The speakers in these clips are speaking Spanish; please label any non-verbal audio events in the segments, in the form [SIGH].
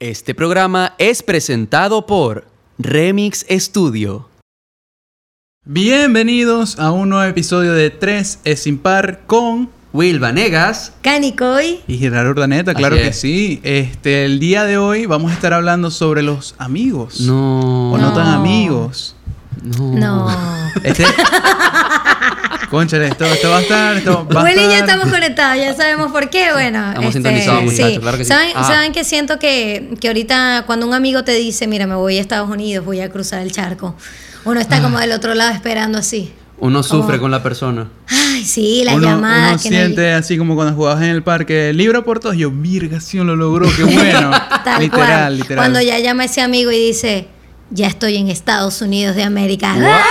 Este programa es presentado por Remix Studio. Bienvenidos a un nuevo episodio de 3 es impar con Will Vanegas. Canicoy. y Gerardo Urdaneta, claro Así que es. sí. Este, el día de hoy vamos a estar hablando sobre los amigos. No. O no, No. tan amigos. No. [LAUGHS] No. [LAUGHS] Este. Conchale, esto, esto va a estar. Esto va a Willy y yo estar- estamos conectados, ya sabemos por qué. Bueno, este, Estamos sintonizados, muchachos, claro que sí. ¿Saben, Ah. saben que siento que, que ahorita cuando un amigo te dice, mira, me voy a Estados Unidos, voy a cruzar el charco, uno está Ah. como del otro lado esperando así. Uno sufre ¿Cómo? con la persona. Ay, sí, la uno, llamada uno que no hay- siente así como cuando jugabas en el parque, libro por todos, yo, virga, sí, lo logró, [LAUGHS] qué bueno. Tal literal, cual. literal. Cuando ya llama ese amigo y dice, ya estoy en Estados Unidos de América. Ah,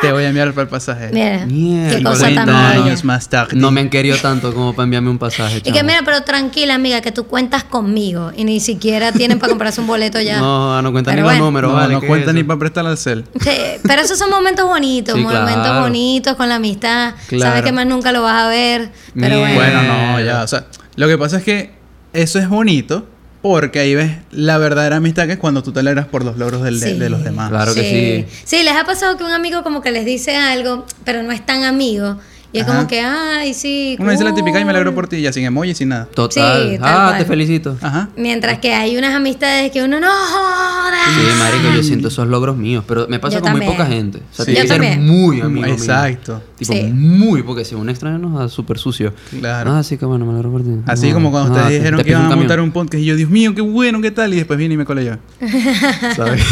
Te voy a enviar para el pasaje. Mira, Mierda. qué cosa tan 50 bella. años más tarde. No me han querido tanto como para enviarme un pasaje. Y chamo. que mira, pero tranquila, amiga, que tú cuentas conmigo y ni siquiera tienen para comprarse un boleto pues ya. [LAUGHS] No, no cuentan ni Pero los bueno. números, no, vale. no ¿qué es cuenta eso? ni para prestar al cel. Sí, pero esos son momentos bonitos, Sí, momentos claro. bonitos con la amistad. Claro. Sabes que más nunca lo vas a ver. Pero Mierda. bueno. Bueno, no, ya, o sea, lo que pasa es que eso es bonito porque ahí ves la verdadera amistad que es cuando tú te alegras por los logros del- de, Sí. de los demás. Claro que sí. Sí, les ha pasado que un amigo como que les dice algo, pero no es tan amigo. Y es Ajá. como que, ay, sí. uh". Uno dice la típica y me alegro alegro por ti, ya sin emoji, sin nada. Total. Sí, tal ah, cual. te felicito. Ajá. Mientras que hay unas amistades que uno no joda. Sí, marico, yo siento esos logros míos, pero me pasa Ah. Yo con muy también. poca gente. O sea, Sí. tiene Yo que ser también. muy amigo mío. Exacto. Tipo, Sí. muy, porque si un extraño nos da súper sucio. Claro. Ah, sí, que bueno, me lo repartí. Así como cuando ustedes dijeron que iban a montar un podcast y yo, Dios mío, qué bueno, qué tal, y después vine y me colé yo. [LAUGHS] ¿Sabes?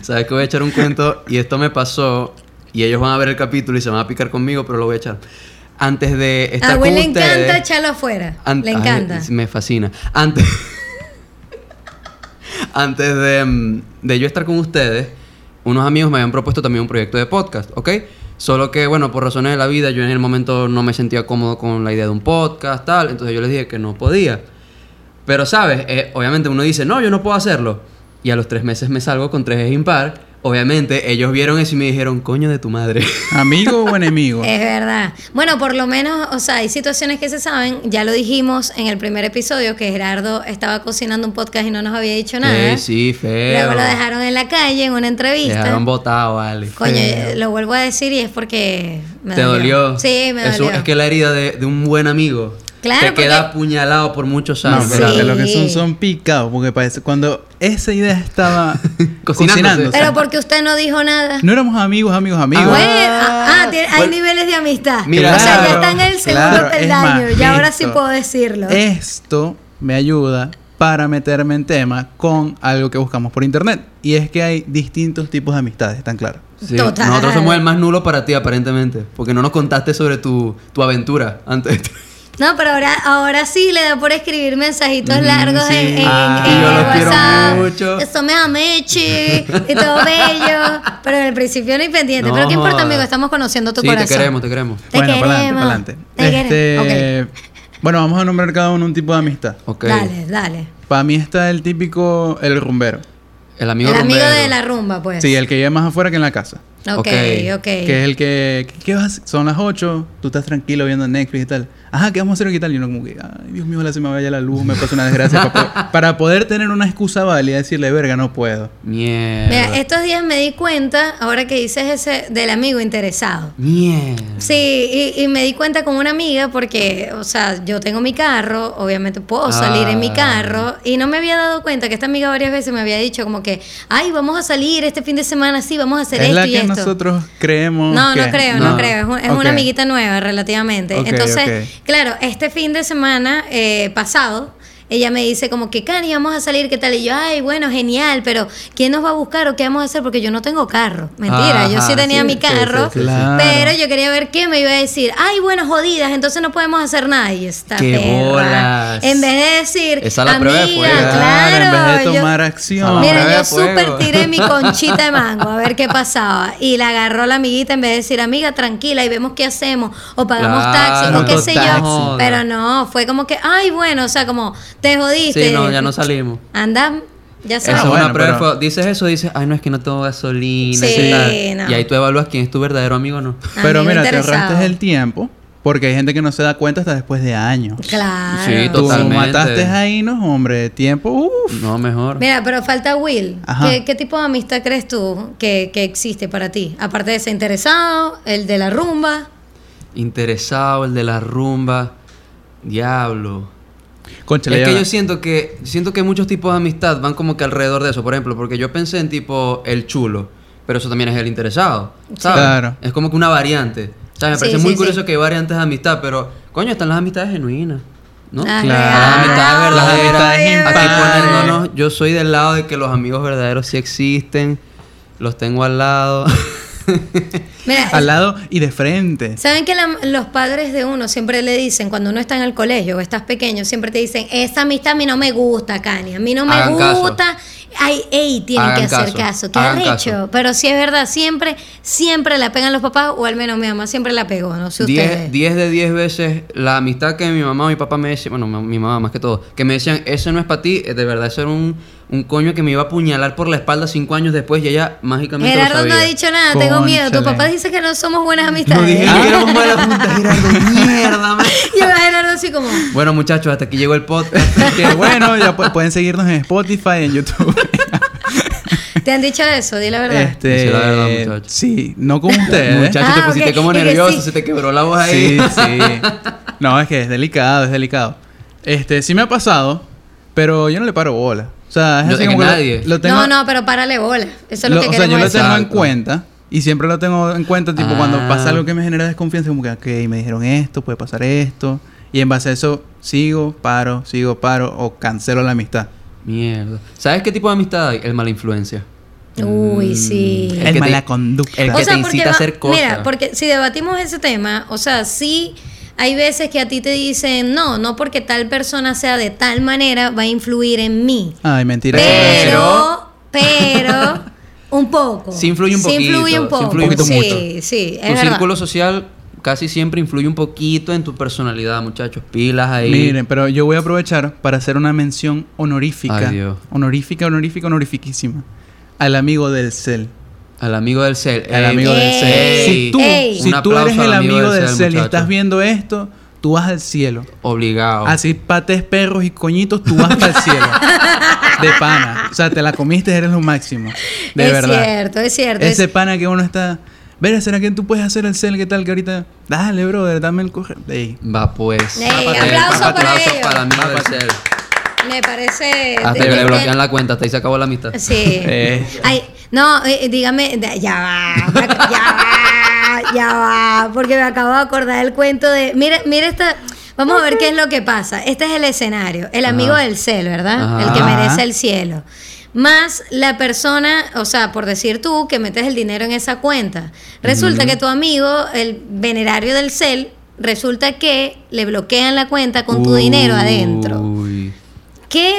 ¿Sabes que voy a echar un cuento? Y esto me pasó, y ellos van a ver el capítulo y se van a picar conmigo, pero lo voy a echar. Antes de estar A con Will Ah, le ustedes- encanta echarlo afuera. An- le ay, encanta. me fascina. Antes, [LAUGHS] antes de, mm, de yo estar con ustedes, unos amigos me habían propuesto también un proyecto de podcast, ¿ok? Solo que, bueno, por razones de la vida, yo en el momento no me sentía cómodo con la idea de un podcast, tal. Entonces yo les dije que no podía. Pero, ¿sabes? Eh, obviamente uno dice, no, yo no puedo hacerlo. Y a los tres meses me salgo con tres es impar. Obviamente ellos vieron eso y me dijeron, coño de tu madre. ¿Amigo o enemigo? Eh, Es verdad. Bueno, por lo menos, o sea, hay situaciones que se saben. Ya lo dijimos en el primer episodio que Gerardo estaba cocinando un podcast y no nos había dicho [LAUGHS] nada. Eh, sí, feo. Luego lo dejaron en la calle en una entrevista. Dejaron botado, vale. Coño, eh, feo. lo vuelvo a decir y es porque me ¿Te dolió? Sí, me Eso- dolió. Es que la herida de, de un buen amigo Claro, te porque- queda apuñalado por muchos [LAUGHS] No, años. pero Sí. que lo que son son picados, porque parece, cuando esa idea estaba [LAUGHS] Cocinándose. cocinándose, Pero porque usted no dijo nada. no éramos amigos, amigos, amigos. Bueno, ah, ah, tiene- hay Bueno. niveles de amistad. Mira, o sea, ya claro, está en el segundo claro, es peldaño. más, Y ahora sí listo. puedo decirlo. Esto me ayuda para meterme en tema con algo que buscamos por internet. Y es que hay distintos tipos de amistades, tan claro. Sí, Total. Nosotros somos el más nulo para ti, aparentemente. Porque no nos contaste sobre tu, tu aventura antes. No, pero ahora, ahora sí le da por escribir mensajitos Mm, largos sí. en, en- Ah, en yo el los quiero WhatsApp. mucho. Eso me amechi [LAUGHS] y todo bello. Pero en el principio ni pendiente. No pero qué importa, joda. amigo, estamos conociendo tu sí, corazón. te queremos, te queremos. Te pa'lante, queremos. pa'lante. Te queremos. Este, Bueno, vamos a nombrar cada uno un tipo de amistad. Ok. Dale, dale. Para mí está el típico, el rumbero. El amigo el amigo rumbero. de la rumba, pues. Sí, el que vive más afuera que en la casa. Ok, ok. Ok. Que es el que, ¿qué vas? Son las 8, tú estás tranquilo viendo Netflix y tal. Ajá, ¿qué vamos a hacer aquí y tal? Y uno como que, ay, Dios mío, ojalá se me vaya la luz, me pasa una desgracia. pa- pa- [LAUGHS] para, poder tener una excusa válida y decirle, verga, no puedo. Mierda. Mira, estos días me di cuenta, ahora que dices ese del amigo interesado. Mierda. Sí, y, y me di cuenta con una amiga porque, o sea, yo tengo mi carro, obviamente puedo salir en mi Ah. carro y no me había dado cuenta que esta amiga varias veces me había dicho como que, ay, vamos a salir este fin de semana, sí, vamos a hacer Es esto la y que esto. nosotros creemos No, que- no creo, no, No. creo. Es, un- es Ok. una amiguita nueva relativamente. Ok, Entonces, ok. claro, este fin de semana eh, pasado, ella me dice como que, Cani, vamos a salir, ¿qué tal? Y yo, ay, bueno, genial, pero ¿quién nos va a buscar o qué vamos a hacer? Porque yo no tengo carro. Mentira, yo Ajá, sí tenía sí, mi sí, carro, sí, sí, sí. Claro. pero yo quería ver qué me iba a decir. Ay, bueno, jodidas, entonces no podemos hacer nada. Y está ¡Qué perra. bolas! En vez de decir, Esa la prueba amiga, de fuego". claro. en vez de yo- tomar acción. Ah, Mira, prueba yo de fuego. súper [LAUGHS] tiré mi conchita de mango a ver qué pasaba. Y la agarró la amiguita en vez de decir, amiga, tranquila y vemos qué hacemos. O pagamos Claro, taxi o qué sé taxi. yo. Pero no, fue como que, ay, bueno, o sea, como te jodiste. Sí, no, ya no salimos. Anda, ya Eso es sabes. bueno, una prueba. de pero- fuego. Dices eso, dices, ay, no, es que no tengo gasolina. Sí, ¿qué tal? no. [LAUGHS] Y ahí tú evalúas quién es tu verdadero amigo o no. Amigo Pero mira, te interesado. ahorraste el tiempo Porque hay gente que no se da cuenta hasta después de años. Claro. Sí, Tú Totalmente. mataste a Inos, hombre, de tiempo. Uf. No, mejor. Mira, pero falta Will. Ajá. ¿Qué, qué tipo de amistad crees tú que, que existe para ti? Aparte de ese interesado, el de la rumba. Interesado, el de la rumba. Diablo. Cónchale, es ya que va. yo siento que siento que muchos tipos de amistad van como que alrededor de eso, por ejemplo, porque yo pensé en tipo el chulo, pero eso también es el interesado, ¿sabes? Claro. Es como que una variante. O sea, me Sí, parece sí, muy sí. curioso que hay variantes de amistad, pero coño, están las amistades genuinas, ¿no? Las Claro. Las amistades reales. verdaderas. Las amistades Ay, Aquí impares. poniéndonos, yo soy del lado de que los amigos verdaderos sí existen, los tengo al lado. [LAUGHS] Mira, Al lado y de frente. ¿Saben que la- los padres de uno siempre le dicen, cuando uno está en el colegio o estás pequeño, siempre te dicen, esa amistad a mí no me gusta, Cania, a mí no me Hagan caso. gusta. Ay, ey, tienen Hagan que hacer caso. caso. ¿Qué Hagan arrecho? caso. Pero si es verdad, siempre, siempre la pegan los papás, o al menos mi mamá siempre la pegó, no sé ustedes. 10 de 10 veces la amistad que mi mamá o mi papá me decían, bueno, ma- mi mamá más que todo, que me decían, ese no es para ti, eh, de verdad, ese era un, un coño que me iba a apuñalar por la espalda cinco años después y ella mágicamente lo Gerardo sabía. no ha dicho nada, tengo miedo. Tu Cónchale. papá dice que no somos buenas No dije amistades. Ah, [LAUGHS] que éramos malas juntas, Gerardo, mierda, man. y va Gerardo así como, Bueno, muchachos, hasta aquí llegó el podcast. [LAUGHS] que bueno, ya pu- pueden seguirnos en Spotify, en YouTube. ¿te han dicho eso? Di la verdad. este, Dice la verdad, muchacho. sí, no como ustedes. Muchachos, te Ah, pusiste ok. como Y que nervioso, sí. se te quebró la voz ahí. Sí, sí. No, es que es delicado, es delicado. Este, sí me ha pasado, pero yo no le paro bola. O sea, es Yo- así es como que lo- nadie. Lo, tengo, No, no, pero párale bola. Eso es lo, lo- que o sea, yo queremos lo decir. tengo en Exacto. cuenta y siempre lo tengo en cuenta, tipo cuando Ah. pasa algo que me genera desconfianza, como que, ok, me dijeron esto, puede pasar esto. Y en base a eso, sigo, paro, sigo, paro o cancelo la amistad. [LAUGHS] Mierda. ¿Sabes qué tipo de amistad hay? El mala influencia. Uy, sí. Mm, El que te- conducta. el O que sea, te porque incita a va- hacer cosas. Mira, porque si debatimos ese tema, o sea, sí hay veces que a ti te dicen, no, no porque tal persona sea de tal manera va a influir en mí. Ay, mentira. eso no es cierto. Pero, pero, un poco. Sí influye un Sí influye poquito, un sí poco. influye un sí, poquito sí, es tu verdad. círculo social casi siempre influye un poquito en tu personalidad, muchachos. Pilas ahí. Miren, pero yo voy a aprovechar para hacer una mención honorífica. Ay, Dios. Honorífica, honorífica, honorifiquísima. Al amigo del CEL. Al amigo del cel. Al Ey, amigo del ey. CEL. Ey. si tú, Ey. si Un tú aplauso eres al el amigo amigo del del, CEL, CEL y muchacho. estás viendo esto, tú vas al cielo. Obligado. Así pates, perros y coñitos, tú vas para el [LAUGHS] cielo. De pana. O sea, te la comiste, eres lo máximo. De es verdad. cierto, es cierto. es- Ese pana que uno está. Vera, ¿será que tú puedes hacer el cel? ¿Qué tal? Que ahorita. Dale, brother, dame el correo. Ey. Va pues. Ey, aplauso para ellos. Este, para el amigo del cel. Me parece... Hasta de- que le de- Ah, bloquean la cuenta, hasta ahí se acabó la amistad. Sí. Eh. Ay, no, eh, dígame, da- ya va, me ac- ya va, ya va, porque me acabo de acordar el cuento de, mira, mira esta, vamos a ver qué es lo que pasa. Este es el escenario, el amigo Ajá. del cel, ¿verdad? Ajá. El que Ajá. merece el cielo. Más la persona, o sea, por decir tú, que metes el dinero en esa cuenta. Resulta que tu amigo, el venerario del cel, resulta que le bloquean la cuenta con Uh. tu dinero adentro. Uy. ¿Qué,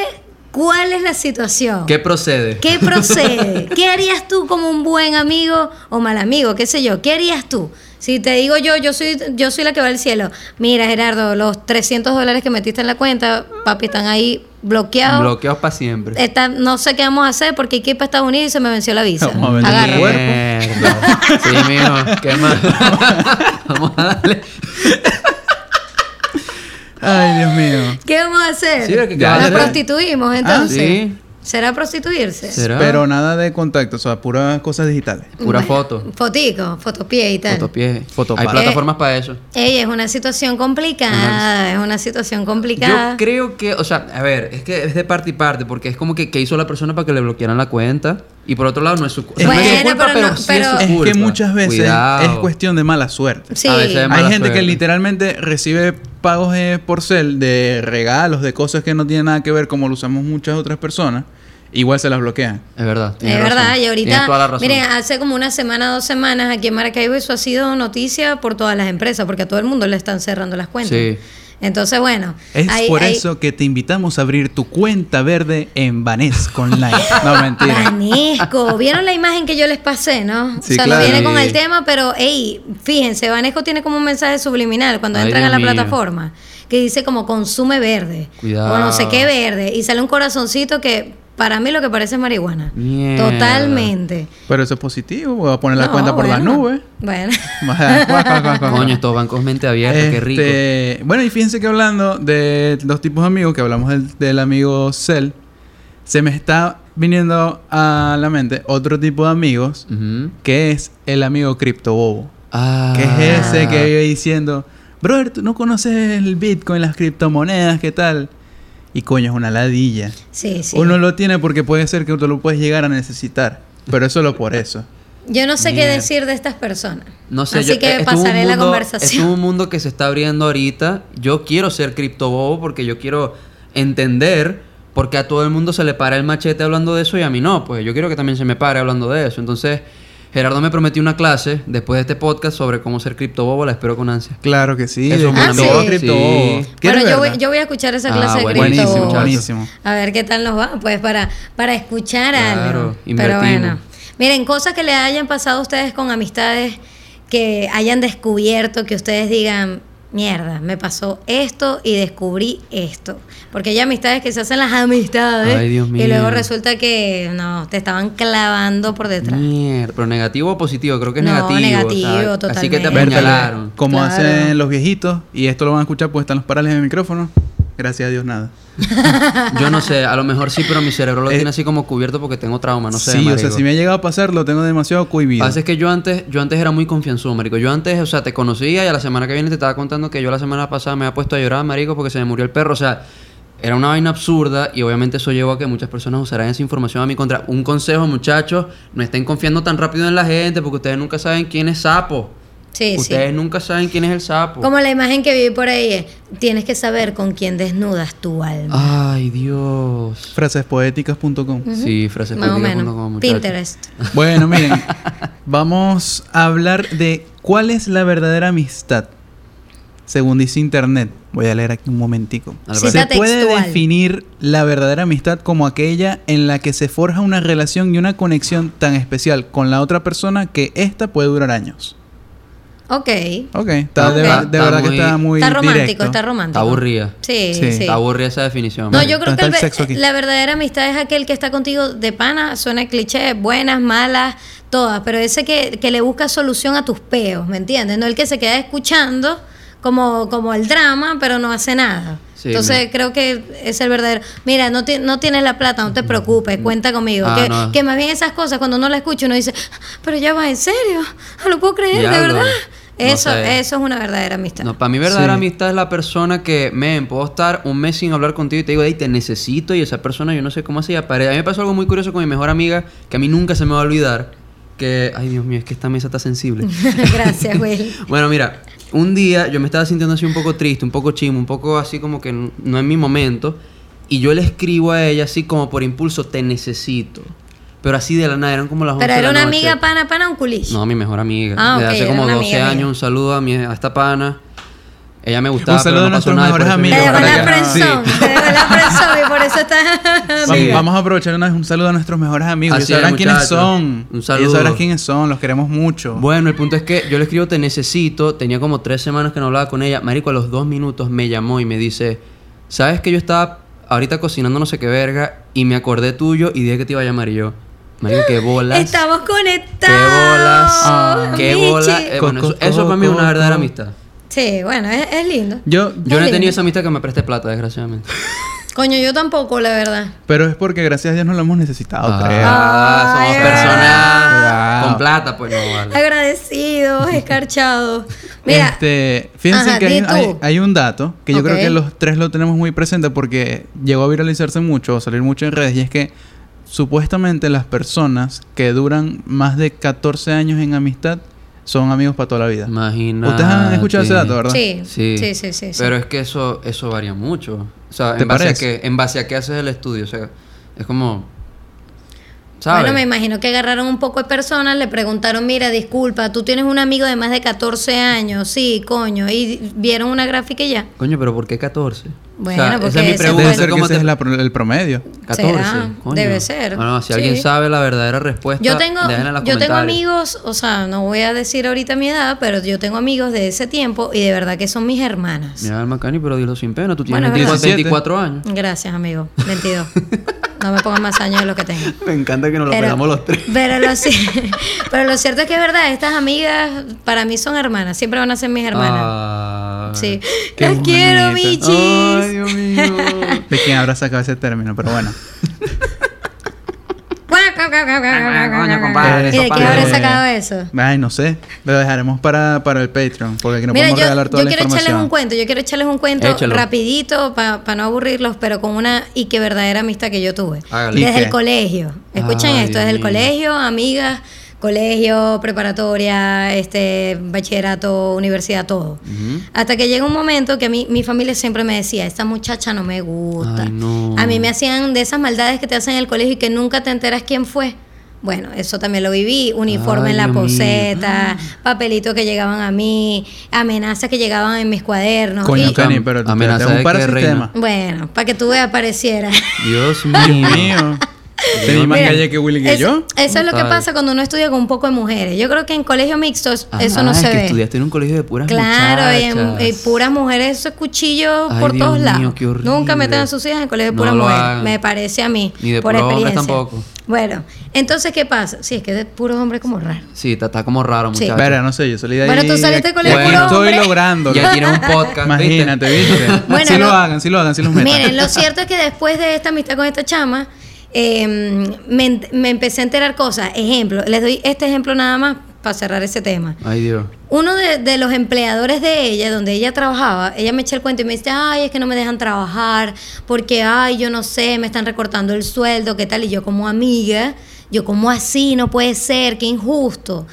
¿Cuál es la situación? ¿Qué procede? ¿Qué procede? ¿Qué harías tú como un buen amigo o mal amigo? ¿Qué sé yo? ¿Qué harías tú? Si te digo yo, yo soy, yo soy la que va al cielo. Mira, Gerardo, los 300 dólares que metiste en la cuenta, papi, están ahí [LAUGHS] bloqueados. Bloqueados para siempre. Está- no sé qué vamos a hacer porque hay que ir para Estados Unidos y se me venció la visa. Vamos a vender el Agárralo. cuerpo. Mierda. Sí, mijo. ¿Qué más? [LAUGHS] Vamos a darle. Ay, Dios mío. ¿Qué vamos a hacer? Sí, que- Ya, Nos ya. prostituimos entonces. sí. ¿Será prostituirse? ¿Será? Pero nada de contacto, o sea, puras cosas digitales. Pura foto. Fotico, fotopié y tal. Fotopié. Fotopar. Hay plataformas Eh, para eso. Ey, es una situación complicada, es una situación complicada. Yo creo que, o sea, a ver, es que es de parte y parte, porque es como que, que hizo la persona para que le bloquearan la cuenta. Y por otro lado, no es su, cu- o sea, no es su Bueno, culpa, pero pero, no- sí pero- es su Es culpa. que muchas veces Cuidado. es cuestión de mala suerte. Sí. a veces Hay mala gente que suerte. literalmente recibe pagos eh, por cel de regalos, de cosas que no tienen nada que ver como lo usamos muchas otras personas, igual se las bloquean. Es verdad. Es tienes verdad, razón. y Tienes toda la ahorita, razón. miren, hace como una semana, dos semanas aquí en Maracaibo eso ha sido noticia por todas las empresas, porque a todo el mundo le están cerrando las cuentas. Sí. Entonces, bueno, Es hay- por hay- eso que te invitamos a abrir tu cuenta verde en Banesco [LAUGHS] Online. No, mentira. [LAUGHS] Vanesco, vieron la imagen que yo les pasé, ¿no? Sí, o sea, claro. no viene con el Sí. tema, pero hey, fíjense, Vanesco tiene como un mensaje subliminal cuando Ay, entran Dios a la mío. plataforma, que dice como consume verde, Cuidado. o no sé qué verde, y sale un corazoncito que para mí lo que parece es marihuana. Mierda. Totalmente. Pero eso es positivo, voy a poner la No, cuenta por las bueno. [LAUGHS] nubes. Bueno. Coño, estos bancos mente abierta, qué rico. Este, Bueno, y fíjense que hablando de los tipos de amigos, que hablamos del, del amigo Cell, se me está viniendo a la mente otro tipo de amigos, Ujú. que es el amigo criptobobo. Ah. Que es ese que vive diciendo, brother, ¿tú no conoces el Bitcoin, las criptomonedas, qué tal? Y coño, es una ladilla. Sí, sí. Uno lo tiene porque puede ser que tú lo puedes llegar a necesitar, pero es solo por eso. Yo no sé qué Mierda. decir de estas personas. No sé, Así yo- que eh, estuvo un pasaré la mundo- conversación. estuvo [LAUGHS] un mundo que se está abriendo ahorita. Yo quiero ser criptobobo porque yo quiero entender por qué a todo el mundo se le para el machete hablando de eso y a mí no. Pues yo quiero que también se me pare hablando de eso. Entonces, Gerardo me prometió una clase después de este podcast sobre cómo ser criptobobo. La espero con ansia. Claro que sí. Eso es muy de lindo. todo Ah, sí. criptobobo. Sí. ¿Quieres Bueno, yo voy, verla? yo voy a escuchar esa Ah, clase de buenísimo, cripto. muchachos. buenísimo. A ver qué tal nos va, pues para, para escuchar Claro, algo. Pero invertimos. bueno, miren, cosas que le hayan pasado a ustedes con amistades que hayan descubierto, que ustedes digan, mierda, me pasó esto y descubrí esto. Porque hay amistades que se hacen las amistades Ay, Dios mío. y luego resulta que no, te estaban clavando por detrás. Mierda, pero negativo o positivo, creo que es No, negativo. negativo, exacto. Así que te totalmente. Bertale, apuñalaron. Como Claro. hacen los viejitos, y esto lo van a escuchar pues están los parales en el micrófono. Gracias a Dios, nada. Yo no sé, a lo mejor sí, pero mi cerebro lo Eh, tiene así como cubierto porque tengo trauma, no sé. sí, o sea, marico. si me ha llegado a pasar, lo tengo demasiado cohibido. Pasa es que yo antes, yo antes era muy confianzudo, marico. Yo antes, o sea, te conocía y a la semana que viene te estaba contando que yo la semana pasada me había puesto a llorar, marico, porque se me murió el perro. O sea, era una vaina absurda y obviamente eso llevó a que muchas personas usarán esa información a mi contra. Un consejo, muchachos, no estén confiando tan rápido en la gente porque ustedes nunca saben quién es sapo. Sí, ustedes sí. nunca saben quién es el sapo. Como la imagen que vi por ahí es, tienes que saber con quién desnudas tu alma. Ay, Dios. Frasespoéticas.com. Sí, frases Más o políticas menos. punto com, muchachos. Pinterest. Bueno, miren, vamos a hablar de cuál es la verdadera amistad. Según dice Internet, voy a leer aquí un momentico. Al Cita se puede textual. definir la verdadera amistad como aquella en la que se forja una relación y una conexión tan especial con la otra persona que ésta puede durar años. Ok. Ok, está de, ver- Ok. de Está verdad muy- que está muy está romántico, directo. está romántico. Está aburrida. Sí, Sí. sí. Está aburrida esa definición. no, marico. yo creo Está que el el ve- sexo aquí. la verdadera amistad es aquel que está contigo de pana, suena cliché, buenas, malas, todas, pero ese que, que le busca solución a tus peos, ¿me entiendes? No el que se queda escuchando como, como el drama, pero no hace nada. Sí, Entonces mira. creo que es el verdadero. Mira, no, ti- no tienes la plata, no te preocupes, cuenta conmigo. Mm, Ah, que, no. que más bien esas cosas, cuando uno la escucha, uno dice, pero ya va, en serio, no lo puedo creer, de Diablo. verdad. No Eso, sé. eso es una verdadera amistad. No, para mí verdadera Sí. amistad es la persona que, men, puedo estar un mes sin hablar contigo y te digo, hey, te necesito y esa persona yo no sé cómo hacía. Para... A mí me pasó algo muy curioso con mi mejor amiga que a mí nunca se me va a olvidar. Que, ay Dios mío, es que esta mesa está [LAUGHS] sensible. [LAUGHS] [LAUGHS] Gracias, Will. Bueno, mira, un día yo me estaba sintiendo así un poco triste, un poco chimo, un poco así como que n- no es mi momento. Y yo le escribo a ella así como por impulso, te necesito. Pero así de la nada, eran como las 11 Pero de era la una noche. amiga pana pana un culish. No, mi mejor amiga. Ah, Desde ok, hace era como una 12 amiga, años, amiga. un saludo a, mi, a esta pana. Ella me gustaba, Un saludo pero a no pasó nuestros nada. y por mejores eso amigos. Te yo- dejó para la que no- friendzone, Sí. te dejó la friendzone y por eso está... Sí. Vamos, vamos a aprovechar una vez un saludo a nuestros mejores amigos. Así Ellos sabrán es, quiénes muchachos. son. Un saludo. Ellos sabrán quiénes son, los queremos mucho. Bueno, el punto es que yo le escribo te necesito, tenía como tres semanas que no hablaba con ella. Marico, a los dos minutos me llamó y me dice, ¿sabes que yo estaba ahorita cocinando no sé qué verga y me acordé tuyo y dije que te iba a llamar y yo? Marico, qué bolas. Estamos qué bolas. conectados. qué Michi. bolas. Eh, bueno, eso, Coco, eso para mí es una coco, verdadera coco. amistad. Sí, bueno, es, es lindo. Yo, Yo no he lindo. tenido esa amistad que me preste plata, desgraciadamente. Coño, yo tampoco, la verdad. pero es porque gracias a Dios no lo hemos necesitado, creo. Ah, Ay, somos ay, personas ay. con plata, pues no vale. [LAUGHS] Agradecidos, escarchados. Mira, Este, fíjense Ajá, que hay, di tú. hay- hay un dato que yo creo Ok. que los tres lo tenemos muy presente porque llegó a viralizarse mucho, o salir mucho en redes, y es que supuestamente las personas que duran más de 14 años en amistad son amigos para toda la vida. Imagínate. Ustedes han escuchado ese dato, ¿verdad? sí, Sí. sí, sí, sí, sí. Pero es que eso, eso varía mucho. O sea, ¿Te en base, a parece? que, en base a qué haces el estudio. O sea, es como. ¿Sabes? Bueno, me imagino que agarraron un poco de personas, le preguntaron, mira, disculpa, tú tienes un amigo de más de 14 años, sí, coño, y vieron una gráfica y ya. Coño, pero ¿por qué 14? Bueno, esa porque es mi ese pregunta. Debe bueno, ser que ¿Cómo ese te- es la pro- el promedio. 14. Será, coño. debe ser, Bueno, si sí. alguien sabe la verdadera respuesta, Yo tengo, déjenla en los yo tengo comentarios. amigos, o sea, no voy a decir ahorita mi edad, pero yo tengo amigos de ese tiempo y de verdad que son mis hermanas. Mira, Macani, pero dilo sin pena. Tú tienes Bueno, es 24 verdad. 24 años. Gracias, amigo. 22. no me pongan más años de lo que tengo. Me encanta que nos lo Pero- pegamos los tres. Pero lo, ci- [LAUGHS] pero lo cierto es que es verdad, estas amigas para mí son hermanas, siempre van a ser mis hermanas. Ah, sí. qué Las quiero, bonito. bichis. Ay, Dios [LAUGHS] mío. ¿De quién habrá sacado ese término? Pero bueno. coño, compadre, ¿Y de compadre. qué habré sacado eso? Eh, Ay, no sé. Lo dejaremos para, para el Patreon. Porque aquí no Mira, podemos yo, regalar toda yo la quiero echarles información. un cuento, yo quiero echarles un cuento Échalo. rapidito para no aburrirlos, pero con una y que verdadera amistad que yo tuve. Hágale. Desde ¿Y qué? el colegio. Escuchen Ay, esto, Dios desde el mío. colegio, amigas, colegio, preparatoria, este, bachillerato, universidad, todo. Hasta que llega un momento que a mí, mi familia siempre me decía, esta muchacha no me gusta. Ay, no. A mí me hacían de esas maldades que te hacen en el colegio y que nunca te enteras quién fue. Bueno, eso también lo viví, uniforme Ay, en la Dios mío. poseta, Ah. papelitos que llegaban a mí, amenazas que llegaban en mis cuadernos. Coño, Y- Kenny, pero tú te- te Amenaza das de un que [LAUGHS] parasistema. bueno, para que tú veas, pareciera. Dios Dios mío. mío. Tenía más Mira, calle que [LAUGHS] Willy que eso, yo. Eso es lo que Total. pasa cuando uno estudia con un poco de mujeres. Yo creo que en colegios mixtos eso Ah, no es se que ve. estudiaste en un colegio de puras Claro, y, en- eh, muchachas. y puras mujeres, esos cuchillos Ay, por Dios todos mío, lados. qué horrible. Nunca metan a sus hijas en el colegio de No puras lo mujeres, hagan. me parece a mí. Ni de por puros hombres experiencia. tampoco. Bueno, entonces, ¿qué pasa? Sí, es que de puros hombres como raro. Sí, está, está como raro, Sí. muchachos. Espera, no sé, yo salí de ahí. Bueno, tú saliste con el aquí puro Estoy hombre. logrando. Ya tienes un podcast. ¿viste? Imagínate, ¿viste? [LAUGHS] Bueno, sí lo no- hagan, sí lo hagan, sí los metan. Miren, lo cierto es que después de esta amistad con esta chama, eh, me, en- me empecé a enterar cosas. Ejemplo, les doy este ejemplo nada más para cerrar ese tema. Ay, Dios. Uno de, de los empleadores de ella, donde ella trabajaba, ella me echa el cuento y me dice, ay, es que no me dejan trabajar, porque, ay, yo no sé, me están recortando el sueldo, qué tal, y yo como amiga, yo como así, no puede ser, qué injusto.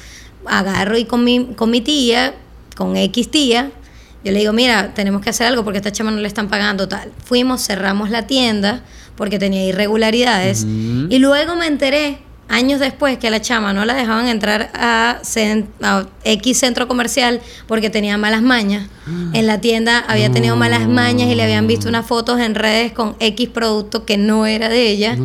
Agarro y con mi, con mi tía, con X tía, yo le digo, mira, tenemos que hacer algo porque a esta chama no le están pagando tal. Fuimos, cerramos la tienda porque tenía irregularidades Ujú. y luego me enteré, años después, que a la chama no la dejaban entrar a, cen- a X centro comercial porque tenía malas mañas. En la tienda había tenido malas mañas y le habían visto unas fotos en redes con X producto que no era de ella.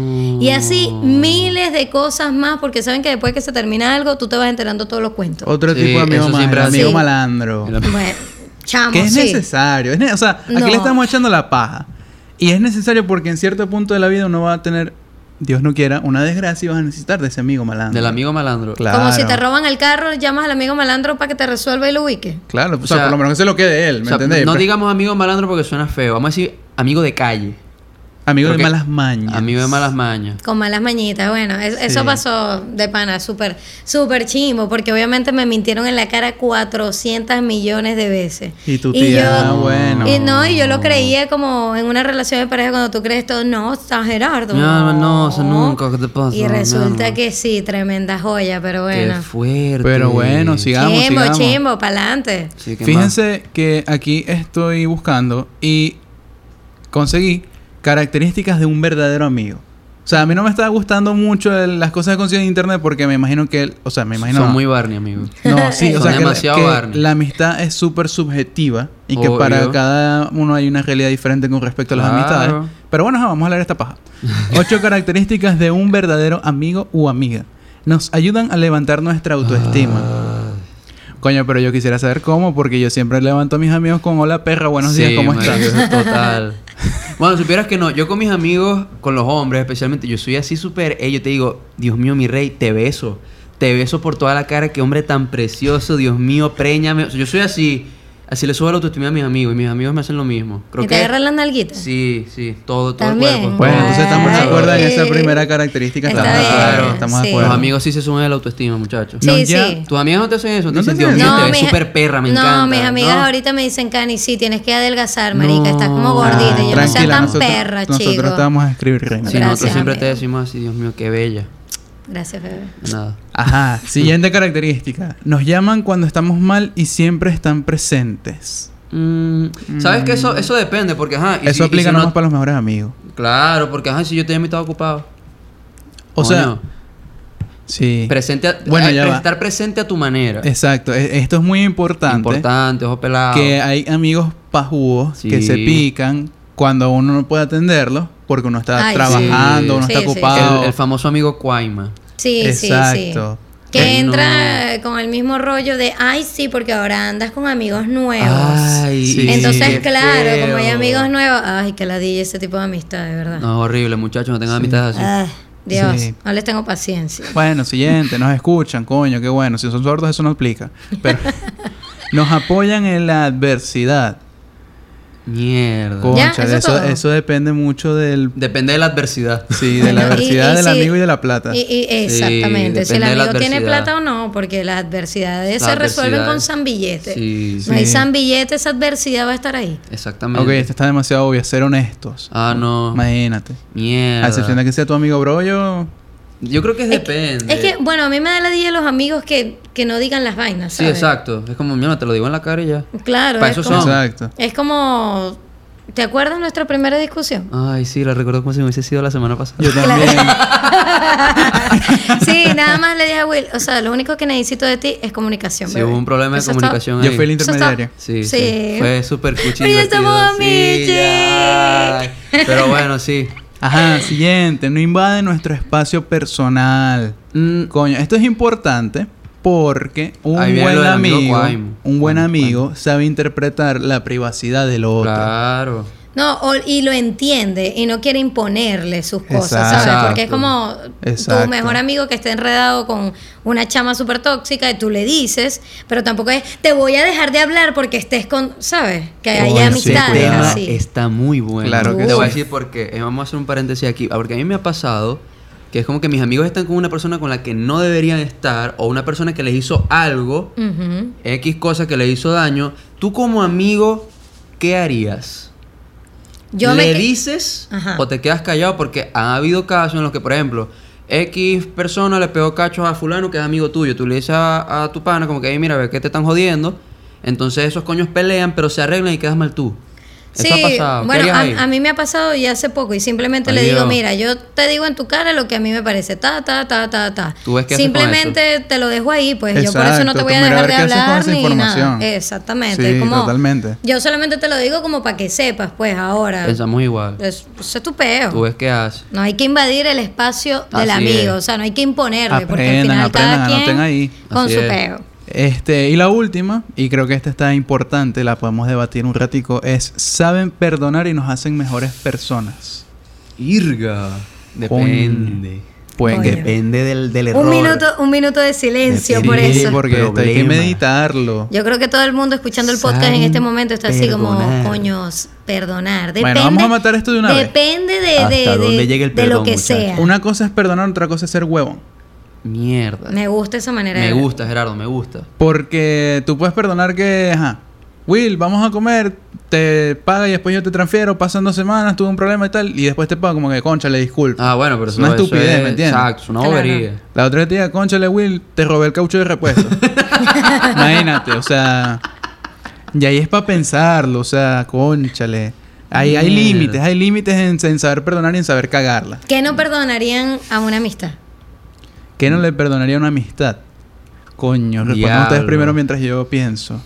Y así miles de cosas más, porque saben que después que se termina algo, tú te vas enterando todos los cuentos. Otro Sí, tipo de amigo eso más, siempre el hace. amigo Sí. malandro. El am- Bueno, chamo, Que es sí. necesario. es ne- o sea, aquí No. le estamos echando la paja. Y es necesario porque en cierto punto de la vida uno va a tener, Dios no quiera, una desgracia y vas a necesitar de ese amigo malandro. Del amigo malandro. Claro. Como si te roban el carro, llamas al amigo malandro para que te resuelva y lo ubique. Claro, o sea, O sea, por lo menos que se lo quede él, ¿me O sea, entendés? Pues, no Pero- digamos amigo malandro porque suena feo. Vamos a decir amigo de calle. Amigo de Porque- malas mañas. Amigo de malas mañas. Con malas mañitas, bueno, es- eso Sí. pasó de pana, súper, súper chimbo, porque obviamente me mintieron en la cara 400 millones de veces. Y tu tía, ah, bueno. Y no, y yo lo creía como en una relación de pareja cuando tú crees todo, no, está Gerardo. Mi alma, no, o sea, nunca, ¿qué te pasa, mi Y resulta alma? que sí, tremenda joya, pero Qué bueno. fuerte. Pero bueno, sigamos, chimbo, sigamos. chimbo, para adelante. Sí, ¿qué más? Fíjense que aquí estoy buscando y conseguí características de un verdadero amigo. O sea, a mí no me está gustando mucho el- las cosas que consigo en internet porque me imagino que, el- o sea, me imagino... Son muy Barney, amigo. [LAUGHS] No, sí, Son o sea, que, la- demasiado que Barney. la amistad es súper subjetiva y que Obvio. para cada uno hay una realidad diferente con respecto a las Claro. amistades. Pero bueno, ajá, vamos a leer [LAUGHS] esta paja. Ocho características de un verdadero amigo u amiga. Nos ayudan a levantar nuestra autoestima. Ah. Coño, pero yo quisiera saber cómo, porque yo siempre levanto a mis amigos con hola perra, buenos días, Sí, ¿cómo marico, estás? Total. [LAUGHS] Bueno, supieras que no, yo con mis amigos, con los hombres especialmente, yo soy así súper, eh, yo te digo, Dios mío, mi rey, te beso. Te beso por toda la cara, qué hombre tan precioso, Dios mío, préñame. O sea, yo soy así, así le subo la autoestima a mis amigos y mis amigos me hacen lo mismo. Creo ¿Y que te agarran las nalguitas? Sí, sí, todo, todo También. el cuerpo. Bueno, todo. entonces estamos de Ay. acuerdo en esa primera característica. Está Estamos de bien, acuerdo, estamos de sí. acuerdo. Los amigos sí se suben a la autoestima, muchachos. Sí, No, sí. ya- Tus amigas no te hacen eso, te No te dicen, Dios hacen mío, eso. te ves mis- súper perra, me no, encanta. mis amigas ¿no? ahorita me dicen, Cani, sí, tienes que adelgazar, marica, estás como No. ah, gordita, yo no sea tranquila, tan nosotros- perra, Nosotros chico. te vamos a escribir, Reina. Sí, nosotros Gracias, siempre te amigo. decimos así, Dios mío, qué bella. Gracias, bebé. Nada. Ajá, [LAUGHS] siguiente característica. Nos llaman cuando estamos mal y siempre están presentes. Mm, ¿Sabes que eso, eso depende? Porque, ajá. y Eso si- y aplica si nomás para los mejores amigos. Claro, porque, ajá, si yo tenía mi estado ocupado. O sea, Coño, sí. presente a- Bueno, ay, ya pre- va. estar presente a tu manera. Exacto, e- esto es muy importante. Importante, ojo pelado. Que hay amigos pajúos Sí. que se pican cuando uno no puede atenderlos porque uno está Ay, sí. trabajando, uno Sí, está sí, sí. el, ocupado. el famoso amigo Cuaima. Sí, sí, sí. Exacto. Que Ay, entra con el mismo rollo de, ay, sí, porque ahora andas con amigos nuevos. Ay, sí, Entonces, qué claro, como hay feo. amigos nuevos, ay, que la di ese tipo de amistad, de verdad. No, es horrible, muchachos, no tengan amistades así. Ah, Dios, Sí. no les tengo paciencia. Bueno, siguiente, nos escuchan, coño, qué bueno. Si son sordos, eso no aplica. Pero [LAUGHS] nos apoyan en la adversidad. Mierda. Ya, Concha, eso eso, todo. eso depende mucho del. Depende de la adversidad. Sí, de [LAUGHS] la Bueno, y- adversidad y del si- amigo y de la plata. Y, y- exactamente, si el depende de la amigo tiene adversidad. plata o no, porque las adversidades Las se resuelven con adversidades. san billete. Sí, No hay sí. san billete, esa adversidad va a estar ahí. exactamente. ok, esta está demasiado obvia, ser honestos. Ah, no. Imagínate. Mierda. A excepción de que sea tu amigo brollo. Yo creo que es, Es que- depende. Es que, bueno, a mí me da la idea los amigos que, que no digan las vainas. Sí, ¿sabes? exacto. Es como, mira, te lo digo en la cara y ya. Claro, Pa' es eso como, son. Exacto. es como. ¿Te acuerdas nuestra primera discusión? Ay, sí, la recuerdo como si me hubiese sido la semana pasada. Yo también. [LAUGHS] [LAUGHS] sí, nada más le dije a Will, o sea, lo único que necesito de ti es comunicación. Sí, bebé. hubo un problema de Eso es comunicación ahí. Yo fui el Eso está- intermediario. Sí, sí. Sí. Fue súper cuchi Oye, divertido, estamos sí, amiches. ay. Pero bueno, sí. Ajá, siguiente. No invade nuestro espacio personal. Mm, Coño, esto es importante porque un Ahí viene lo buen del amigo amigo, Cuaimo. un buen Cuaimo, amigo sabe interpretar la privacidad del otro. claro. todo. No, o- y lo entiende y no quiere imponerle sus cosas, Exacto. ¿sabes? Porque es como Exacto. tu mejor amigo que está enredado con una chama súper tóxica y tú le dices, pero tampoco es, te voy a dejar de hablar porque estés con, ¿sabes? Que Coño, haya sí, amistades cuidado. así. está muy bueno. Claro que Te voy a sí. decir por qué. Eh, vamos a hacer un paréntesis aquí. Ah, Porque a mí me ha pasado que es como que mis amigos están con una persona con la que no deberían estar o una persona que les hizo algo, Ujú. X cosa que les hizo daño. Tú como amigo, ¿qué harías? Yo me ¿Le que- dices Ajá. o te quedas callado? Porque han habido casos en los que, por ejemplo, X persona le pegó cachos a fulano que es amigo tuyo. Tú le dices a, a tu pana como que, "Ey, mira, ve que te están jodiendo. Entonces esos coños pelean, pero se arreglan y quedas mal tú. Eso ha pasado. ¿Qué bueno, harías a, ahí? a mí me ha pasado y hace poco y simplemente le Ay, digo, Dios. mira, yo te digo en tu cara lo que a mí me parece, ta, ta, ta, ta, ta. ¿Tú ves qué haces con simplemente te lo dejo ahí, pues yo por eso no Exacto, te voy a como ir a dejar ver de qué haces con hablar esa ni nada. información. Exactamente. Sí, es como, totalmente. Yo solamente te lo digo como para que sepas, pues ahora. Pensamos igual. Es, eso es tu peo. Tú ves qué haces. No hay que invadir el espacio del Así amigo, es. o sea, no hay que imponerle, porque al Aprendan, final cada aprendan, quien anoten ahí. con Así su es. peo. Este, y la última, y creo que esta está importante, la podemos debatir un ratico, es saben perdonar y nos hacen mejores personas. Irga. Depende. Pues Coño. que Depende del, del error. Un minuto, un minuto de silencio Sí, por Sí, eso. porque esto hay que Problema. meditarlo. Yo creo que todo el mundo escuchando el podcast en Saben este momento está así como, perdonar. coños, perdonar. Bueno, Depende, vamos a matar esto de una vez. Depende de, Hasta de- de- dónde llegue el de lo perdón, que muchachos. sea. Una cosa es perdonar, otra cosa es ser huevón. Mierda. Me gusta esa manera. de Me hablar. gusta, Gerardo, me gusta. Porque tú puedes perdonar que, ajá, Will, vamos a comer, te paga y después yo te transfiero, pasan dos semanas, tuve un problema y tal, y después te pago como que, concha, le disculpa. Ah, bueno, pero eso Una eso estupidez, es- ¿me entiendes? Exacto, es una Claro. bobería. La otra tía, conchale Will, te robé el caucho de [LAUGHS] repuesto. Imagínate, o sea. Y ahí es para pensarlo, o sea, conchale. Ahí hay Mierda. límites, hay límites en, en saber perdonar y en saber cagarla. ¿Qué no perdonarían a una amistad? ¿Qué no le perdonaría una amistad? Coño, respondan ustedes Diablo. primero mientras yo pienso.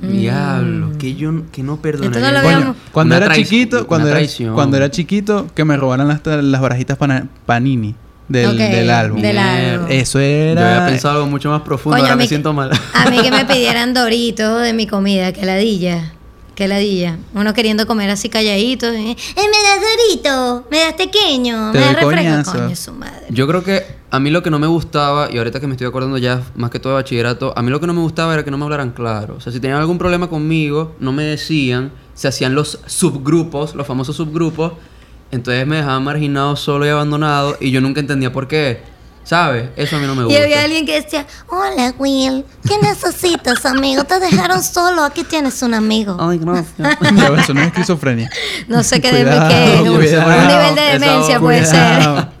Diablo, que yo n- que no perdonaría. Esto Mm. no lo Coño, habíamos- Cuando una era traici- chiquito, una cuando era, traición. cuando era chiquito, que me robaran las, las barajitas pana- panini del, Ok, del álbum. del álbum. Eso Yo era. había [LAUGHS] pensado algo mucho más profundo, Coño, ahora me que- siento mal. A mí que me pidieran doritos de mi comida, que ladilla. Que ladilla. Uno queriendo comer así calladito. ¿eh? Eh, me das dorito, me das pequeño, Te me doy das refresco. coñazo. Coño, su madre. [LAUGHS] Yo creo que a mí lo que no me gustaba, y ahorita que me estoy acordando ya más que todo de bachillerato, a mí lo que no me gustaba era que no me hablaran claro. O sea, si tenían algún problema conmigo, no me decían, se hacían los subgrupos, los famosos subgrupos, entonces me dejaban marginado, solo y abandonado, y yo nunca entendía por qué. ¿Sabes? Eso a mí no me Y gusta. había alguien que decía, hola Will, ¿qué necesitas amigo? Te dejaron solo, aquí tienes un amigo. Ay, [LAUGHS] gracias. Ya, eso no es esquizofrenia. No sé qué, de- Cuidado, qué- un cuidado, nivel de esa demencia voz. puede ser. Cuidado. [LAUGHS]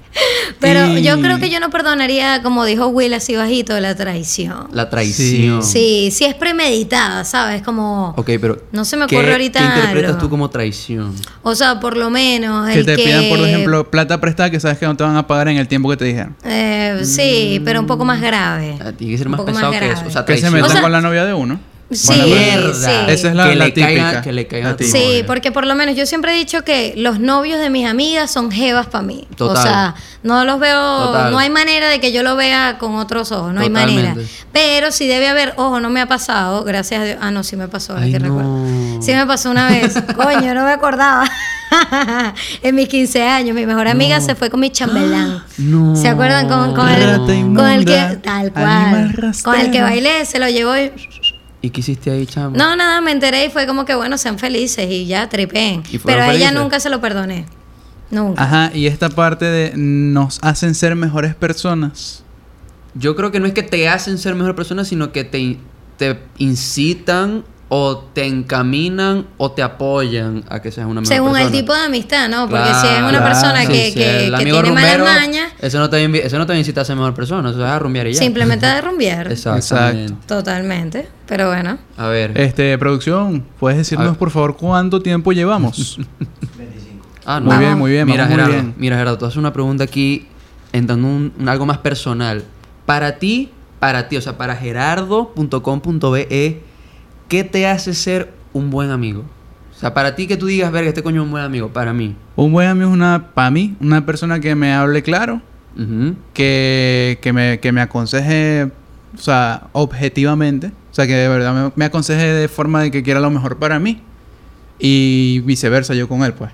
Pero Y- yo creo que yo no perdonaría, como dijo Will así bajito, la traición. La traición. Sí, sí es premeditada, ¿sabes? Como, Ok, pero. No se me ¿qué- ocurre ahorita ¿Qué interpretas algo. tú como traición? o sea, por lo menos [LAUGHS] Que el te que... pidan, por ejemplo, plata prestada que sabes que no te van a pagar en el tiempo que te dijeron. Eh, sí, pero un poco más grave. Mm. Ah, Tiene que ser Un más poco pesado que grave. eso. O sea, Que se traición. metan O sea- con la novia de uno. pues, Sí, Mierda. sí. Esa es la, Que la le típica. caiga- que le caiga la a tu típica. novio. Sí, Obvio. porque por lo menos yo siempre he dicho que los novios de mis amigas son jevas para mí. O Total. sea, no los veo, Total. no hay manera de que yo lo vea con otros ojos, no hay manera. Totalmente. Pero sí debe haber, ojo, no me ha pasado, gracias a Dios. Ah, no, sí me pasó, ahora Ay, que no. recuerdo. Sí me pasó una [LAUGHS] vez. Coño, no me acordaba. [LAUGHS] en mis 15 años, mi mejor amiga se fue con mi [GASPS] chambelán. No. ¿Se acuerdan con, con el, Rata con el que inmunda, tal animal cual? Con el que rastrero. bailé, se lo llevó y ¿Y qué hiciste ahí, chamo? no, nada, me enteré y fue como que bueno, sean felices y ya tripeen. ¿Y fueron Pero a ella felices? Ah, nunca se lo perdoné. Nunca. Ajá, y esta parte de nos hacen ser mejores personas. Yo creo que no es que te hacen ser mejor persona, sino que te, in- te incitan o te encaminan o te apoyan a que seas una mejor Según persona. el tipo de amistad, ¿no? Porque si es una Claro, persona claro. que, Sí, si que- el que amigo tiene rumbero, malas mañas, Eso no, te invi- eso no te incita a ser mejor persona, eso es a rumbear y ya. [LAUGHS] simplemente de rumbiar. Exactamente. Exacto. Totalmente. Pero bueno. A ver. Este, producción, ¿puedes A decirnos ver. por favor cuánto tiempo [LAUGHS] llevamos? Ah, Muy bien, muy bien, Mira, vamos muy Gerardo, bien. mira, Gerardo, tú haces una pregunta aquí entrando un, un algo más personal. Para ti, para ti, o sea, para gerardo.com.be, ¿qué te hace ser un buen amigo? O sea, para ti que tú digas, verga, este coño es un buen amigo, para mí. Un buen amigo es una, para mí, una persona que me hable claro, Ujú. que, que, me, que me aconseje, o sea, objetivamente, o sea, que de verdad me, me aconseje de forma de que quiera lo mejor para mí y viceversa yo con él, pues.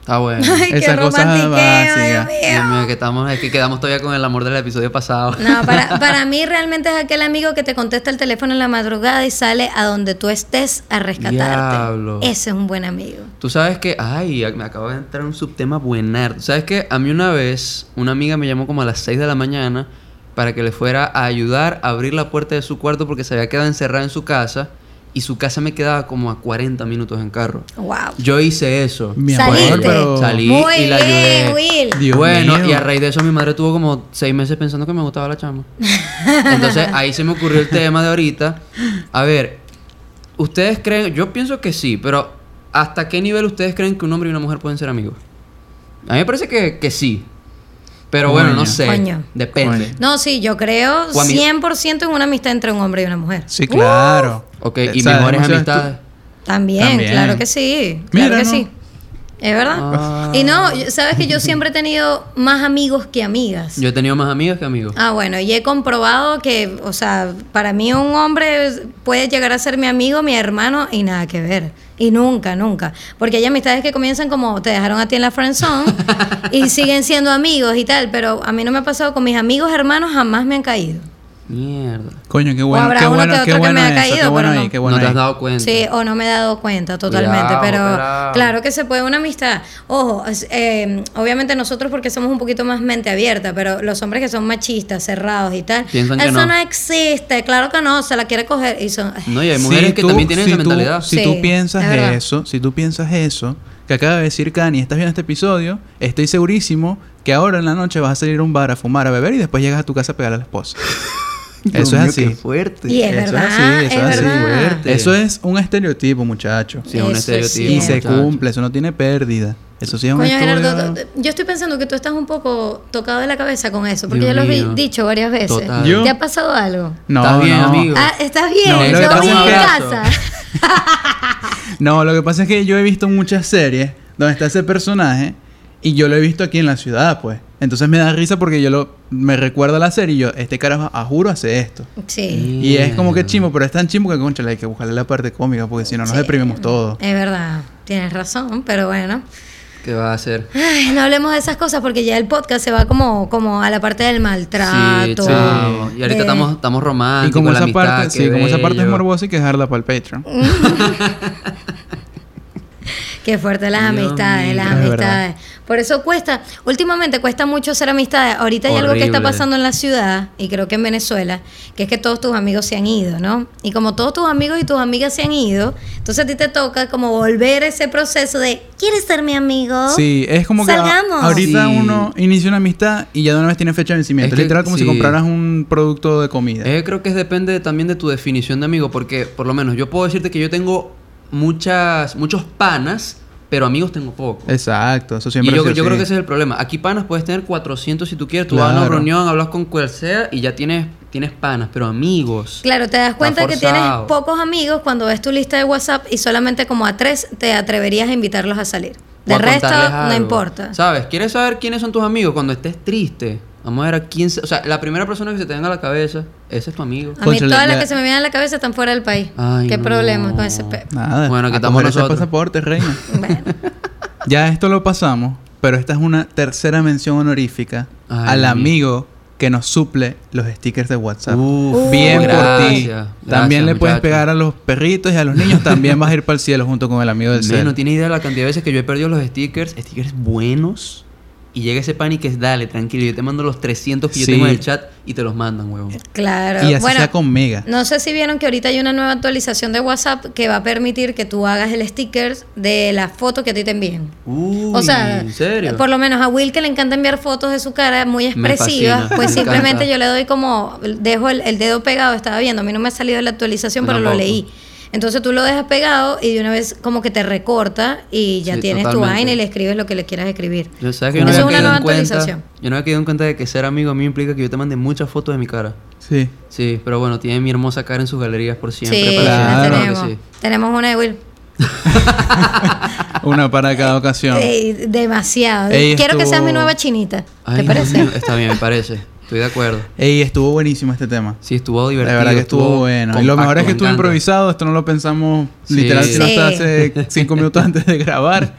Está [LAUGHS] bueno. Ay, qué Esa cosa romantiqueo, básica. Dios Dios mío. mío, que, estamos, que quedamos todavía con el amor del episodio pasado. No, para, para mí realmente es aquel amigo que te contesta el teléfono en la madrugada y sale a donde tú estés a rescatarte. Diablo. Ese es un buen amigo. Tú sabes que, ay, me acaba de entrar un subtema buenardo. Sabes que a mí una vez una amiga me llamó como a las 6 de la mañana para que le fuera a ayudar a abrir la puerta de su cuarto porque se había quedado encerrada en su casa y su casa me quedaba como a 40 minutos en carro. Wow. Yo hice eso. Mi amor, Saliste. pero- Salí Muy y la bien, ayudé. Will. Dios bueno, mío. y a raíz de eso mi madre tuvo como seis meses pensando que me gustaba la chama. Entonces ahí se me ocurrió el [LAUGHS] tema de ahorita. A ver, ¿ustedes creen? Yo pienso que sí, pero ¿hasta qué nivel ustedes creen que un hombre y una mujer pueden ser amigos? A mí me parece que, que sí. Pero bueno, no Coño. sé. Coño. Depende. Coño. No, sí, yo creo O ami- 100% en una amistad entre un hombre y una mujer. Uh, Sí, claro. Ok, y Eh, O sea, mejores demasiado estu- amistades. También, También. claro que sí. Mira, claro que ¿no? sí. Es verdad. Ah. Y no, yo- sabes que yo siempre he tenido más amigos que amigas. Yo he tenido más amigas que amigos. Ah, bueno, y he comprobado que, o sea, para mí un hombre es- puede llegar a ser mi amigo, mi hermano y nada que ver. Y nunca, nunca. Porque hay amistades que comienzan como te dejaron a ti en [LAUGHS] la friendzone y siguen siendo amigos y tal, pero a mí no me ha pasado con mis amigos hermanos, jamás me han caído. Mierda. Coño, qué O bueno, habrá qué uno bueno, que otro qué que bueno me ha eso, qué caído, bueno pero ahí, no. qué bueno no te ahí. has dado cuenta. Sí, o no me he dado cuenta totalmente, Cuidado, pero cuidado. claro que se puede una amistad. Ojo, es- eh, obviamente nosotros porque somos un poquito más mente abierta, pero los hombres que son machistas, cerrados y tal, Piensan que eso no. no. existe, claro que no, se la quiere coger y son... No, y hay Si mujeres que tú- también tienen si esa tú- mentalidad. Si Sí, tú piensas es verdad. eso, si tú piensas eso, que acaba de decir Cani, estás viendo este episodio, estoy segurísimo que ahora en la noche vas a salir a un bar a fumar, a beber y después llegas a tu casa a pegar a la [LAUGHS] esposa. Dios eso es mío, así. qué fuerte. Y es eso verdad, es así, eso es es así. verdad. Fuerte. Eso es un estereotipo, muchacho. Sí, es un Eso es estereotipo. Sí, y se muchacho. cumple, eso no tiene pérdida. Eso sí es un Coño, estudio- Gerardo, t- t- yo estoy pensando que tú estás un poco tocado de la cabeza con eso, porque Dios yo lo mío. he dicho varias veces. Total. Yo- ¿Te ha pasado algo? No, Estás bien, no. amigo. Ah, ¿estás bien? No, No, le damos vi un en abrazo. casa. [LAUGHS] No, lo que pasa es que yo he visto muchas series donde está ese personaje y yo lo he visto aquí en la ciudad, pues. Entonces me da risa porque yo lo me recuerda la serie y yo, este carajo, a juro hace esto. Sí, Y es como Mm. que chimo, pero es tan chimo que concha, hay que buscarle la parte cómica porque si no nos Sí. deprimimos todos. es verdad, tienes razón, pero bueno. ¿Qué va a hacer? Ay, no hablemos de esas cosas porque ya el podcast se va como, como a la parte del Sí, maltrato. chao. Y ahorita de- estamos, estamos Y románticos. como Ah, la esa amistad, parte, qué sí, como esa parte es bello. morbosa y que dejarla para el Patreon. Qué fuerte las Dios amistades, mío. las Es verdad. amistades. Por eso cuesta, últimamente cuesta mucho hacer amistades. Ahorita hay algo que está Horrible. pasando en la ciudad, y creo que en Venezuela, que es que todos tus amigos se han ido, ¿no? Y como todos tus amigos y tus amigas se han ido, entonces a ti te toca como volver ese proceso de, ¿quieres ser mi amigo? Sí, es como que a- Salgamos. ahorita Sí. uno inicia una amistad y ya de una vez tiene fecha de vencimiento. Es que- Literal como sí. si compraras un producto de comida. Eh, creo que es depende también de tu definición de amigo, porque por lo menos yo puedo decirte que yo tengo muchas, muchos panas, pero amigos tengo pocos. Exacto, eso Y siempre ha yo, sido yo creo así. que ese es el problema. Aquí panas puedes tener 400 si tú quieres. Tú vas a una Claro. reunión, hablas con cual sea y ya tienes tienes panas, pero amigos. Claro, te das Está cuenta que tienes forzado. pocos amigos cuando ves tu lista de WhatsApp y solamente como a tres te atreverías a invitarlos a salir. O a De resto, contarles no algo. importa. ¿Sabes? ¿Quieres saber quiénes son tus amigos cuando estés triste? Vamos a ver a quién... se- O sea, la primera persona que se te venga a la cabeza, ese es tu amigo. A mí Cónchale, todas las la- que se me vienen a la cabeza están fuera del país. Ay, Qué no. problema con ese pe... Nada. Bueno, a que estamos coger ese nosotros. pasaporte, reina. [LAUGHS] Bueno, Ya esto lo pasamos, pero esta es una tercera mención honorífica Ay, al Dios mío. amigo que nos suple los stickers de WhatsApp. Uf, Bien por ti. gracias, gracias, también le puedes muchacho. pegar a los perritos y a los niños. También vas a ir para el cielo junto con el amigo del Men, cielo. no tiene idea la cantidad de veces que yo he perdido los stickers, stickers buenos. Y llega ese pan y que es, dale, tranquilo, yo te mando los 300 que yo Sí. tengo en el chat y te los mandan, Eh, huevón. claro. Y así bueno, sea con mega. no sé si vieron que ahorita hay una nueva actualización de WhatsApp que va a permitir que tú hagas el sticker de la foto que a ti te envíen. Uy, o sea, ¿en serio? por lo menos a Will que le encanta enviar fotos de su cara muy Me expresivas, fascina, pues me simplemente encanta. yo le doy como, dejo el, el dedo pegado, estaba viendo, a mí no me ha salido la Yo actualización, pero lo tampoco. leí. Entonces tú lo dejas pegado y de una vez como que te recorta y ya Sí, tienes tu totalmente. vaina y le escribes lo que le quieras escribir. Yo, ¿sabes que yo no Eso había es caído una nueva en cuenta, actualización. yo no había quedado en cuenta de que ser amigo a mí implica que yo te mande muchas fotos de mi cara. Sí. Sí, pero bueno, tiene mi hermosa cara en sus galerías por siempre. sí, para la siempre, claro claro que tenemos. Tenemos una de Will. Una para cada ocasión. Ey, demasiado. Ey, Quiero que seas estuvo- mi nueva chinita. Ay, ¿Te Dios parece? mío, está bien, me parece. Estoy de acuerdo. Ey, estuvo buenísimo este tema. Sí, estuvo La divertido. verdad que estuvo, bueno. Y lo mejor es que estuvo improvisado. Esto no lo pensamos Sí. literal sino Sí. hasta hace cinco minutos antes de grabar.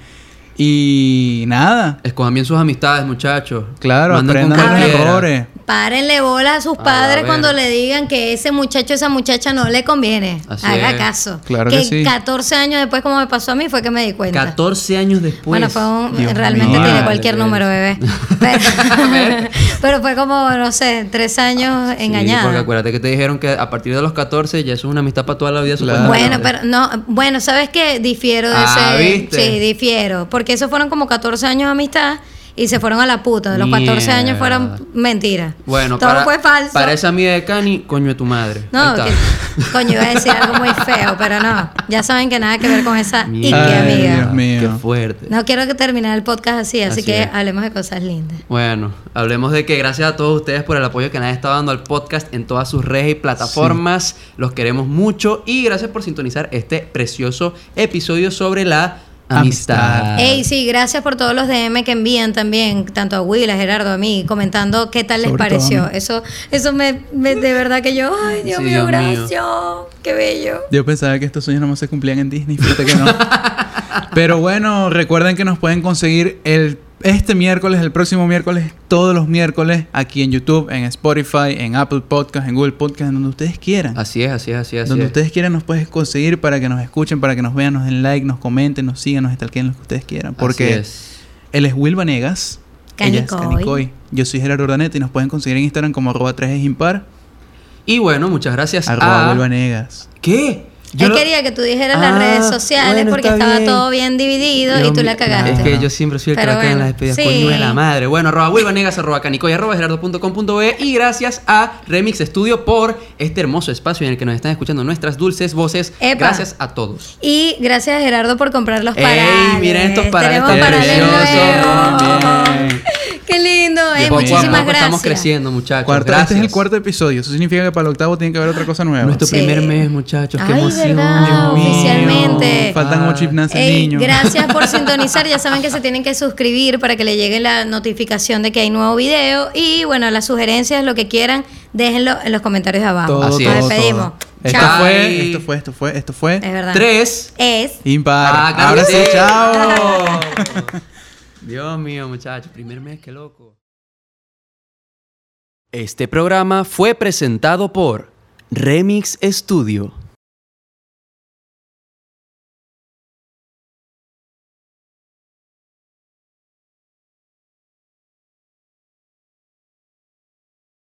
Y nada. Escojan bien sus amistades, muchachos. Claro, Manden con aprendan de los cualquiera. errores. Párenle bola a sus la padres cuando verga. le digan que ese muchacho, esa muchacha no le conviene. Así Haga es. caso. Claro que sí. 14 años después, como me pasó a mí, fue que me di cuenta. 14 años después. bueno, fue un, Dios realmente mío. tiene Vale, cualquier verga. [LAUGHS] número, bebé. Pero, [LAUGHS] pero fue como, no sé, tres años Sí, porque engañada. acuérdate que te dijeron que a partir de los 14 ya eso es una amistad para toda la vida. Claro. Bueno, supuestamente. pero no, bueno, ¿sabes qué? Difiero de Ah, ese. ¿viste? Sí, difiero. Porque esos fueron como 14 años de amistad y se fueron a la puta. Los 14 años fueron mentiras. Bueno, Todo para, fue falso. Para esa amiga de Cani, coño de tu madre. No, Ahí está. que, coño, iba a decir algo muy feo, pero no. Ya saben que nada que ver con esa Ike Mierda. Ay, amiga. Dios mío. Qué fuerte. No quiero que termine el podcast así, así, Así que es. hablemos de cosas lindas. Bueno, hablemos de que gracias a todos ustedes por el apoyo que nadie está dando al podcast en todas sus redes y plataformas. Los queremos mucho y gracias por sintonizar este precioso episodio sobre la amistad. Amistad. Ey, sí, gracias por todos los DM que envían también, tanto a Will, a Gerardo, a mí, comentando qué tal les Sobre todo a pareció. mí. Eso, eso me, me- de verdad que yo, ay, Dios Sí, mío, Dios mío. gracias, qué bello. Yo pensaba que estos sueños nomás se cumplían en Disney, fíjate [LAUGHS] que no. Pero bueno, recuerden que nos pueden conseguir el este miércoles, el próximo miércoles, todos los miércoles, aquí en YouTube, en Spotify, en Apple Podcast, en Google Podcast, en donde ustedes quieran. Así es, así es, así es. así donde es. ustedes quieran nos pueden conseguir para que nos escuchen, para que nos vean, nos den like, nos comenten, nos sigan, nos estalquen lo que ustedes quieran. Porque Así es. él es Will Vanegas. ella es Canicoy. Canicoy. Yo soy Gerardo Urdaneta y nos pueden conseguir en Instagram como arroba 3 es impar, Y bueno, muchas gracias arroba a... Will Vanegas. ¿Qué? Yo lo- quería que tú dijeras Ah, las redes sociales bueno, porque está estaba bien. todo bien dividido Dios y tú la mío, cagaste. Es que yo siempre soy el que Pero la caga en bueno, las despedidas. sí. Coño de la madre. Bueno, arroba wilvanegas, arroba canicoy, arroba gerardo.com.be y gracias a Remix Studio por este hermoso espacio en el que nos están escuchando nuestras dulces voces. Epa. Gracias a todos. Y gracias a Gerardo por comprar los Ey, parales. miren estos parales Tenemos tan parales preciosos. nuevos. Bien, bien. Qué lindo. Ey, Poco a muchísimas poco gracias. Estamos creciendo, muchachos. Cuarto- gracias. este es el cuarto episodio. Eso significa que para el octavo tiene que haber otra cosa nueva. Nuestro Sí. primer mes, muchachos. Qué Ay, emoción. Dios ¿verdad? mío. Oficialmente. Faltan Ay. ocho y nace Ey, el niño. gracias [LAUGHS] por sintonizar. Ya saben que se tienen que suscribir para que le llegue la notificación de que hay nuevo video. Y bueno, las sugerencias, lo que quieran, déjenlo en los comentarios de [LAUGHS] abajo. Todo, Así todo, es. Nos despedimos. Eh. todo. Esto Chao. fue, esto fue, esto fue, esto fue. Es verdad. Tres. Es. Impar. Ah, claro Ahora que sí, sí. [LAUGHS] chao. [LAUGHS] Dios mío, muchachos. Primer mes, qué loco. Este programa fue presentado por Remix Studio.